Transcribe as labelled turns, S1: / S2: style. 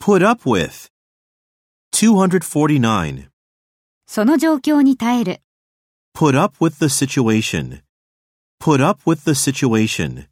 S1: put up with. 249.
S2: その状況に耐える。
S1: Put up with the situation. Put up with the situation.